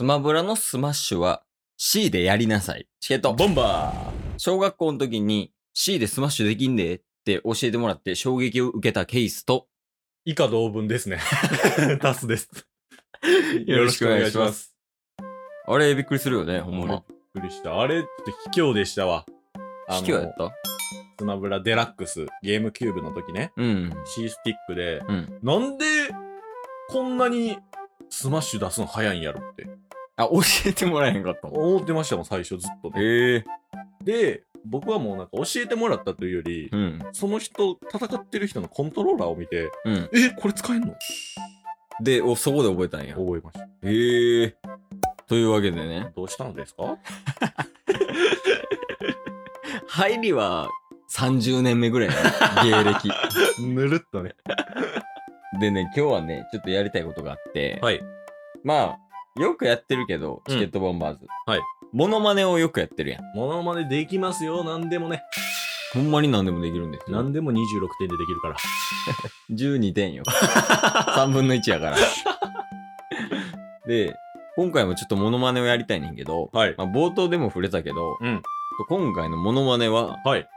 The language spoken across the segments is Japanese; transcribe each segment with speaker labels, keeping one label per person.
Speaker 1: スマブラのスマッシュは C でやりなさい。チケット。
Speaker 2: ボンバ
Speaker 1: 小学校の時に C でスマッシュできんでって教えてもらって衝撃を受けたケースと、
Speaker 2: ー以下同文です ね。タスです。
Speaker 1: よろしくお願いします。あれびっくりするよね、ほんまに
Speaker 2: あ。びっくりした。あれ、ちょっと卑怯でしたわ。あの
Speaker 1: 卑怯やった
Speaker 2: スマブラデラックス、ゲームキューブの時ね、
Speaker 1: うん。
Speaker 2: C スティックで、
Speaker 1: うん
Speaker 2: なんで、こんなに、スマッシュ出すの早いんやろって
Speaker 1: あ、教えてもらえへんかったもん。
Speaker 2: 思ってましたもん最初ずっとね
Speaker 1: ええ
Speaker 2: で僕はもうなんか教えてもらったというより
Speaker 1: うん。
Speaker 2: その人戦ってる人のコントローラーを見て
Speaker 1: うん。
Speaker 2: えこれ使えんのって
Speaker 1: で、おそこで覚えたんや。
Speaker 2: 覚えました
Speaker 1: ええというわけでね。
Speaker 2: どうしたのです か
Speaker 1: 入りは30年目ぐらいやね芸歴。
Speaker 2: ぬるっとね
Speaker 1: でね、今日はね、ちょっとやりたいことがあって、
Speaker 2: はい
Speaker 1: まあ、よくやってるけど、
Speaker 2: うん
Speaker 1: チケットボンバーズ。
Speaker 2: はい。
Speaker 1: モノマネをよくやってるやん。
Speaker 2: モノマネできますよ何でもね
Speaker 1: ほんまに何でもできるんですよ。
Speaker 2: 何でも26点でできるから
Speaker 1: 12点 よ。3分の1やから。で、今回もちょっとモノマネをやりたいねんけど、
Speaker 2: はい
Speaker 1: まあ、冒頭でも触れたけど、
Speaker 2: うん
Speaker 1: 今回のモノマネは、
Speaker 2: はい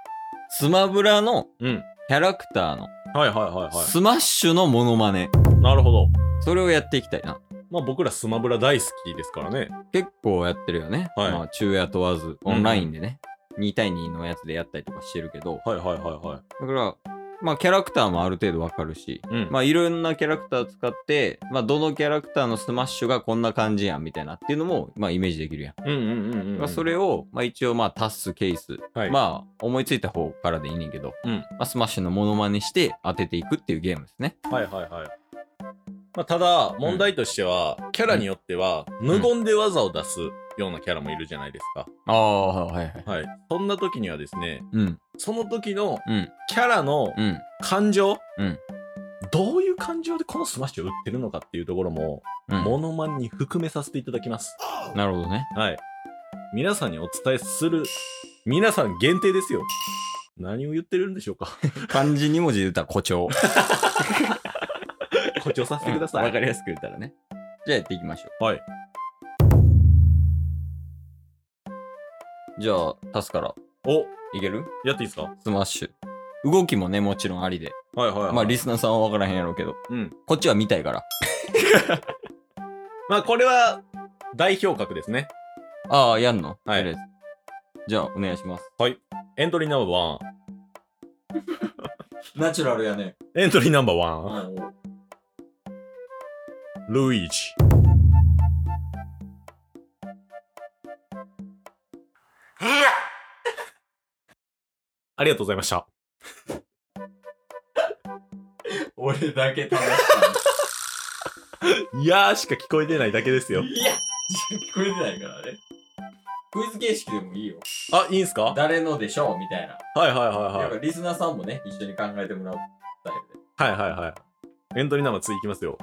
Speaker 1: スマブラの
Speaker 2: うん
Speaker 1: キャラクターの
Speaker 2: はいはいはいは
Speaker 1: スマッシュのモノマネ。
Speaker 2: いなるほど
Speaker 1: それをやっていきたいな。
Speaker 2: まあ僕らスマブラ大好きですからね
Speaker 1: 結構やってるよね。
Speaker 2: はい
Speaker 1: まあ昼夜問わず、オンラインでね、2対2のやつでやったりとかしてるけど、
Speaker 2: はいはいはいは
Speaker 1: だから、まあキャラクターもある程度わかるし、
Speaker 2: いうん
Speaker 1: まあいろんなキャラクター使って、まあどのキャラクターのスマッシュがこんな感じやんみたいなっていうのも、まあイメージできるやん。
Speaker 2: うんうんうんうん
Speaker 1: まあそれを、まあ一応まあタスケース、
Speaker 2: はい
Speaker 1: まあ思いついた方からでいいねんけど、
Speaker 2: うん
Speaker 1: まあスマッシュのモノマネして当てていくっていうゲームですね。
Speaker 2: はいはいはい。まあ、ただ、問題としては、キャラによっては、無言で技を出すようなキャラもいるじゃないですか。
Speaker 1: ああ、はいはい。
Speaker 2: はい。そんな時にはですね、
Speaker 1: うん、
Speaker 2: その時の
Speaker 1: うん、
Speaker 2: キャラの
Speaker 1: うん、
Speaker 2: 感情、
Speaker 1: うん
Speaker 2: どういう感情でこのスマッシュを打ってるのかっていうところも、
Speaker 1: うん。
Speaker 2: モノマネに含めさせていただきます。
Speaker 1: なるほどね。
Speaker 2: はい。皆さんにお伝えする、皆さん限定ですよ。何を言ってるんでしょうか。
Speaker 1: 漢字2文字で言ったら誇張。
Speaker 2: 誇張させてください。
Speaker 1: わかりやすく言ったらね。じゃあやっていきましょ
Speaker 2: はい。
Speaker 1: う。じゃあ、タスから。
Speaker 2: お、
Speaker 1: いける
Speaker 2: やっていいですか
Speaker 1: スマッシュ。動きもね、もちろんありで。
Speaker 2: はいはい、はい。
Speaker 1: まあ、リスナーさんはわからへんやろうけど。
Speaker 2: うん。
Speaker 1: こっちは見たいから。
Speaker 2: まあ、これは、代表格ですね。
Speaker 1: ああ、やんの
Speaker 2: はい
Speaker 1: とりあえずじゃあ、お願いします。
Speaker 2: エントリーナンバーワ
Speaker 1: ナチュラルやね。
Speaker 2: ン。エントリーナンバーワン。ルイージ。ありがとうございました。
Speaker 1: 俺だけ楽し
Speaker 2: いやーしか聞こえてないだけですよ。
Speaker 1: いや、聞こえてないからね。クイズ形式でもいいよ。
Speaker 2: あ、いいんすかはい
Speaker 1: 誰のでしょうみたいな。
Speaker 2: はいはいはい。
Speaker 1: リスナーさんもね、一緒に考えてもらうスタイルで。
Speaker 2: はいはいはい。エントリーナンバー次いきますよ。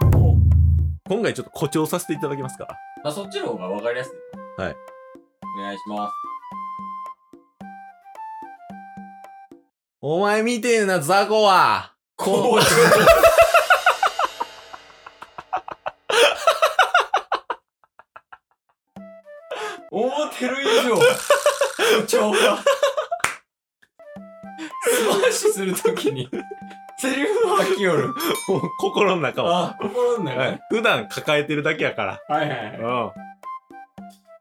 Speaker 2: 今回ちょっと誇張させていただきますから。
Speaker 1: まあ、そっちの方が分かりやすい。
Speaker 2: はい。
Speaker 1: お願いします。
Speaker 2: お前見てえな、ザコは。こ
Speaker 1: 思ってる以上、誇張が。スマッシュするときに、セリフを吐きよる。
Speaker 2: う、心の中は。
Speaker 1: あ、心の中
Speaker 2: はい
Speaker 1: ね。
Speaker 2: 普段抱えてるだけやから。
Speaker 1: はいはいうは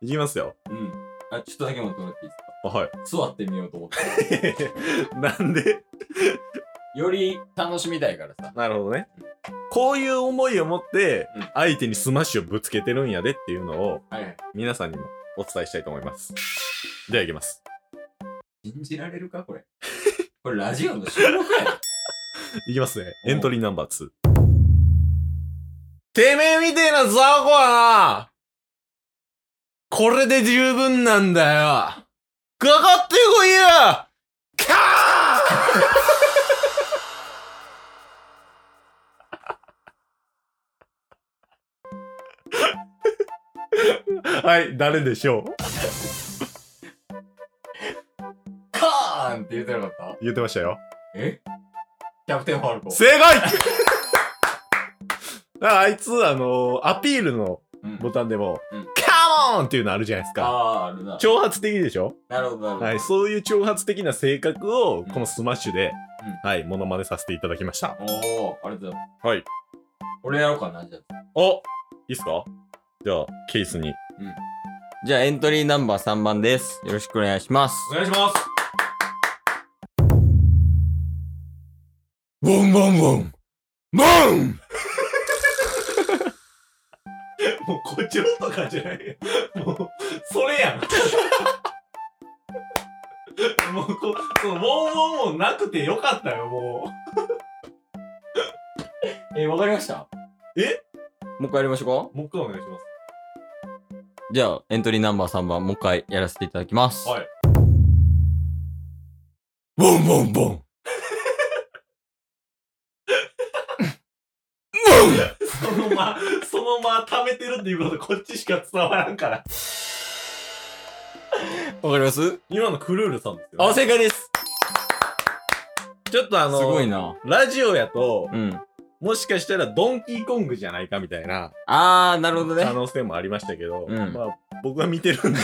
Speaker 1: い。
Speaker 2: ん。いきますよ。
Speaker 1: うん。あ、ちょっとだけ待ってもらっていいです
Speaker 2: あはい。
Speaker 1: か座ってみようと思って。
Speaker 2: なんで
Speaker 1: より楽しみたいからさ。
Speaker 2: なるほどね。こういう思いを持って
Speaker 1: うん、
Speaker 2: 相手にスマッシュをぶつけてるんやでっていうのを、
Speaker 1: はいはい。
Speaker 2: 皆さんにもお伝えしたいと思います。では行きます。
Speaker 1: 信じられるか これ。これラジオの収録やで。
Speaker 2: いきますね。
Speaker 1: うん
Speaker 2: エントリーナンバー2。てめえみてえな雑魚はな、これで十分なんだよ。かかってこいよカー はい、誰でしょう
Speaker 1: カーンって言ってなかった
Speaker 2: 言ってましたよ。
Speaker 1: えキャプテンファルコン。
Speaker 2: 正解 だからあいつ、あのアピールの
Speaker 1: うん
Speaker 2: ボタンでも、
Speaker 1: うん
Speaker 2: カモンっていうのあるじゃないですか。
Speaker 1: あー、あるな。
Speaker 2: 挑発的でしょ
Speaker 1: なるほど、なるほど。
Speaker 2: はい、そういう挑発的な性格を、このスマッシュで、
Speaker 1: う
Speaker 2: はい、モノマネさせていただきました。
Speaker 1: おお、ありがとうございます。
Speaker 2: はい。
Speaker 1: 俺やろうかな、じゃあ。
Speaker 2: おいいっすかじゃあ、ケースに。
Speaker 1: じゃあエントリーナンバー3番です。よろしくお願いします。
Speaker 2: お願いしますボンボンボンボン もう誇張とかじゃないもうそれやん もうこそのボンボンボンなくてよかったよも
Speaker 1: えー、わかりました。
Speaker 2: え
Speaker 1: もう一回やりましょう
Speaker 2: うもう一回お願いします
Speaker 1: か。じゃあ、エントリーナンバー3番、もう一回やらせていただきます。
Speaker 2: はいボンボンボンボンそのま、 そのま、溜めてるっていうことこっちしか伝わらんから。
Speaker 1: わかります
Speaker 2: 今のクルールさんですよ、
Speaker 1: あ、正解です。
Speaker 2: ちょっとあ
Speaker 1: す
Speaker 2: の、
Speaker 1: ごいな。
Speaker 2: ラジオやと、
Speaker 1: うん。
Speaker 2: もしかしたらドンキーコングじゃないかみたいな
Speaker 1: あー、なるほどね。
Speaker 2: 可
Speaker 1: あ
Speaker 2: 能性もありましたけど、
Speaker 1: うん
Speaker 2: まあ僕は見てるんで、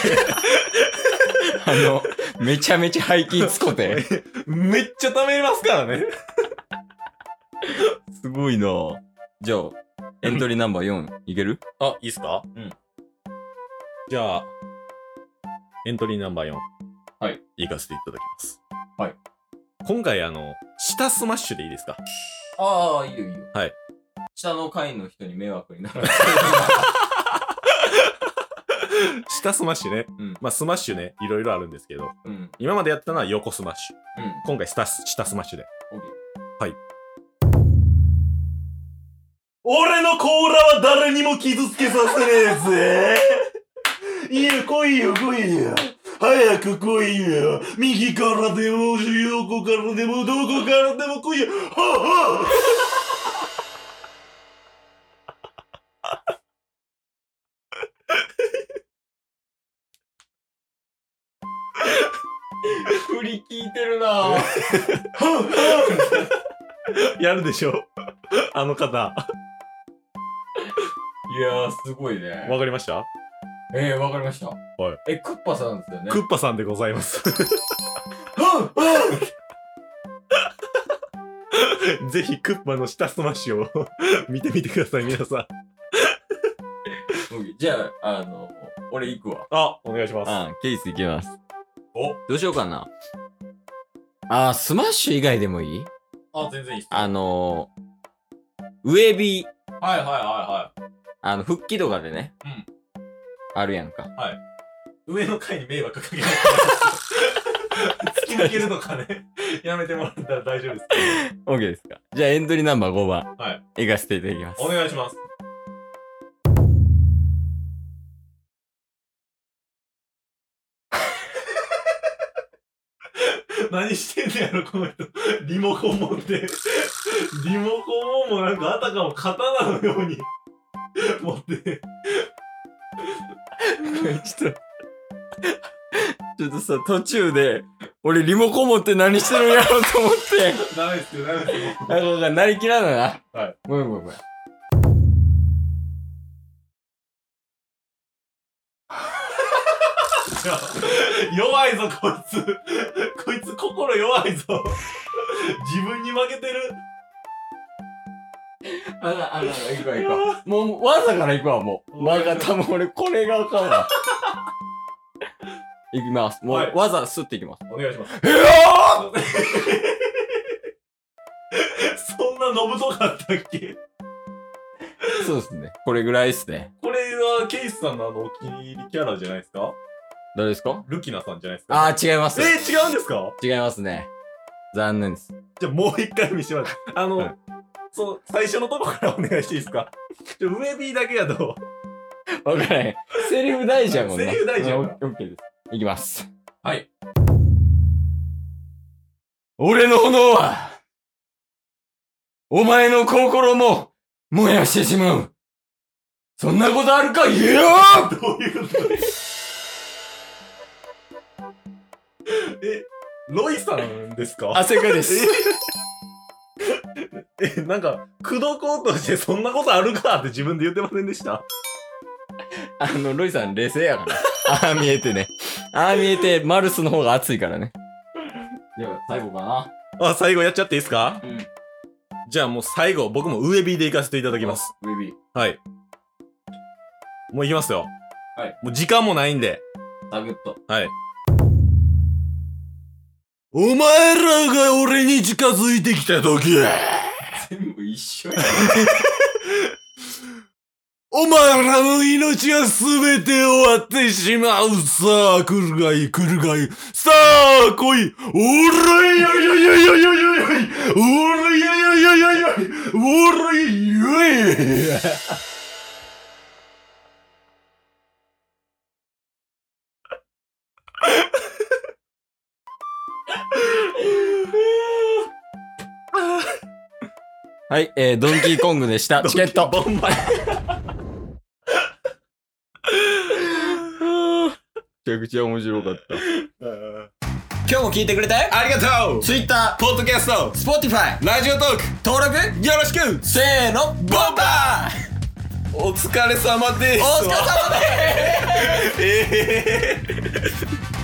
Speaker 1: の、めちゃめちゃ背筋つこて。
Speaker 2: めっちゃ溜めますからね。
Speaker 1: すごいな。じゃあ、エントリーナンバー4、いける
Speaker 2: あ、いいっすか
Speaker 1: うん。
Speaker 2: じゃあ、エントリーナンバー4。
Speaker 1: はい。
Speaker 2: 行かせていただきます。
Speaker 1: はい。
Speaker 2: 今回あの、下スマッシュでいいですか
Speaker 1: あー、いいよいいよ。
Speaker 2: はい。
Speaker 1: 下の階の人に迷惑にな る。
Speaker 2: 下スマッシュね。
Speaker 1: うん
Speaker 2: まあスマッシュね、いろいろあるんですけど、
Speaker 1: うん。うん。
Speaker 2: 今までやったのは横スマッシュ。今回下ス、下スマッシュで。
Speaker 1: オッケー
Speaker 2: 俺の甲羅は誰にも傷つけさせね えぜいいよ、来いよ、来いよ早く来いよ右からでも、横からでも、どこからでも来いよは
Speaker 1: 振り聞いて るなぁ。
Speaker 2: ぁはぁはぁやるでしょあの方。わ
Speaker 1: いやー、すごいね。
Speaker 2: かりました
Speaker 1: えー、わかりました。
Speaker 2: はい。
Speaker 1: え、クッパさんですよね。
Speaker 2: クッパさんでございます。
Speaker 1: はっはっ
Speaker 2: ぜひクッパの下スマッシュを 見てみてください、皆さん。
Speaker 1: じゃあ、あの、俺行くわ。
Speaker 2: あ、お願いしま
Speaker 1: うん、ケース行きます。
Speaker 2: お
Speaker 1: どうしようかな。あー、スマッシュ以外でもいい
Speaker 2: あ、全然いいっす。
Speaker 1: あのー、ウェビー、
Speaker 2: はいはいは
Speaker 1: あの、復帰とかでね。
Speaker 2: うん
Speaker 1: あるやんか。
Speaker 2: いはい。上の階に迷惑かけない。 突き抜けるのかね。やめてもらったら大丈夫です。
Speaker 1: オッケーですか。じゃあ、エントリーナンバー5番。
Speaker 2: はい。
Speaker 1: 行かせていただきます。
Speaker 2: 願いします。何してんねやろ、この人。リモコン持って。リモコンをもうなんかあたかも刀のように持って。
Speaker 1: ちょっと、ちょっとさ、途中で、俺リモコン持って何してるんやろうと思って。
Speaker 2: ダメですよ、ダメですよ。
Speaker 1: あ、ごめん、なりきらんのな。
Speaker 2: はい。
Speaker 1: ごめんごめんごめん。
Speaker 2: 弱いぞ、こいつ。こいつ心弱いぞ。自分に負けてる。
Speaker 1: あら、あら、行くわ行くわ。もう、技から行くわ、もう。わかった、もう俺、これがあかん わ。行きます。も
Speaker 2: は
Speaker 1: う
Speaker 2: い、
Speaker 1: 技、スッていきます。
Speaker 2: お願いします。
Speaker 1: え
Speaker 2: そんなのぶとかあったっけ
Speaker 1: そうですね。これぐらいですね。
Speaker 2: これはケイスさんのあのお気に入りキャラじゃないですか
Speaker 1: 誰ですか
Speaker 2: ルキナさんじゃないですか
Speaker 1: あー、違います。
Speaker 2: えー、違うんですか
Speaker 1: 違いますね。残念です。
Speaker 2: じゃあもう一回見せます。あの、
Speaker 1: はい
Speaker 2: その最初のとこからお願いしていいですかちょ、上 B だけやと。
Speaker 1: わからへん。セリフ大事やもんな。
Speaker 2: セリフ大事や
Speaker 1: うん
Speaker 2: か
Speaker 1: オッ
Speaker 2: ら
Speaker 1: オッケーです。いきます。
Speaker 2: はい。
Speaker 1: 俺の炎は、お前の心も燃やしてしまう。そんなことあるか言えよ
Speaker 2: どういうことですえ、ロイさんですか
Speaker 1: 正解です。
Speaker 2: え、なんか、口説こうとしてそんなことあるかって自分で言ってませんでした
Speaker 1: あの、ロイさん冷静やから。ああ見えてね。ああ見えて、マルスの方が熱いからね。では、最後かな。
Speaker 2: あ、最後やっちゃっていいですか
Speaker 1: うん。
Speaker 2: じゃあもう最後、僕も上火で行かせていただきます。。
Speaker 1: ウェビー。
Speaker 2: はい。もう行きますよ。
Speaker 1: はい。
Speaker 2: もう時間もないんで。
Speaker 1: サグッと。
Speaker 2: はい。お前らが俺に近づいてきた時、
Speaker 1: 全部一緒や。
Speaker 2: お前らの命が全て終わってしまう。さあ、来るがい、来るがい。さあ、来い。おらよよよよよよよい。おらよよよよよい。おらよよよい。
Speaker 1: はい、えー、ドンキーコングでした。チケット。
Speaker 2: ボンバイ。
Speaker 1: めちゃくちゃ面白かった。
Speaker 3: 今日も聞いてくれて
Speaker 2: ありがとう
Speaker 3: Twitter、
Speaker 2: ポッドキャスト
Speaker 3: Spotify、
Speaker 2: ラジオトーク
Speaker 3: 登録
Speaker 2: よろしく
Speaker 3: せーの、ボンバー
Speaker 2: お疲れ様です
Speaker 3: お疲れ様です
Speaker 2: ええ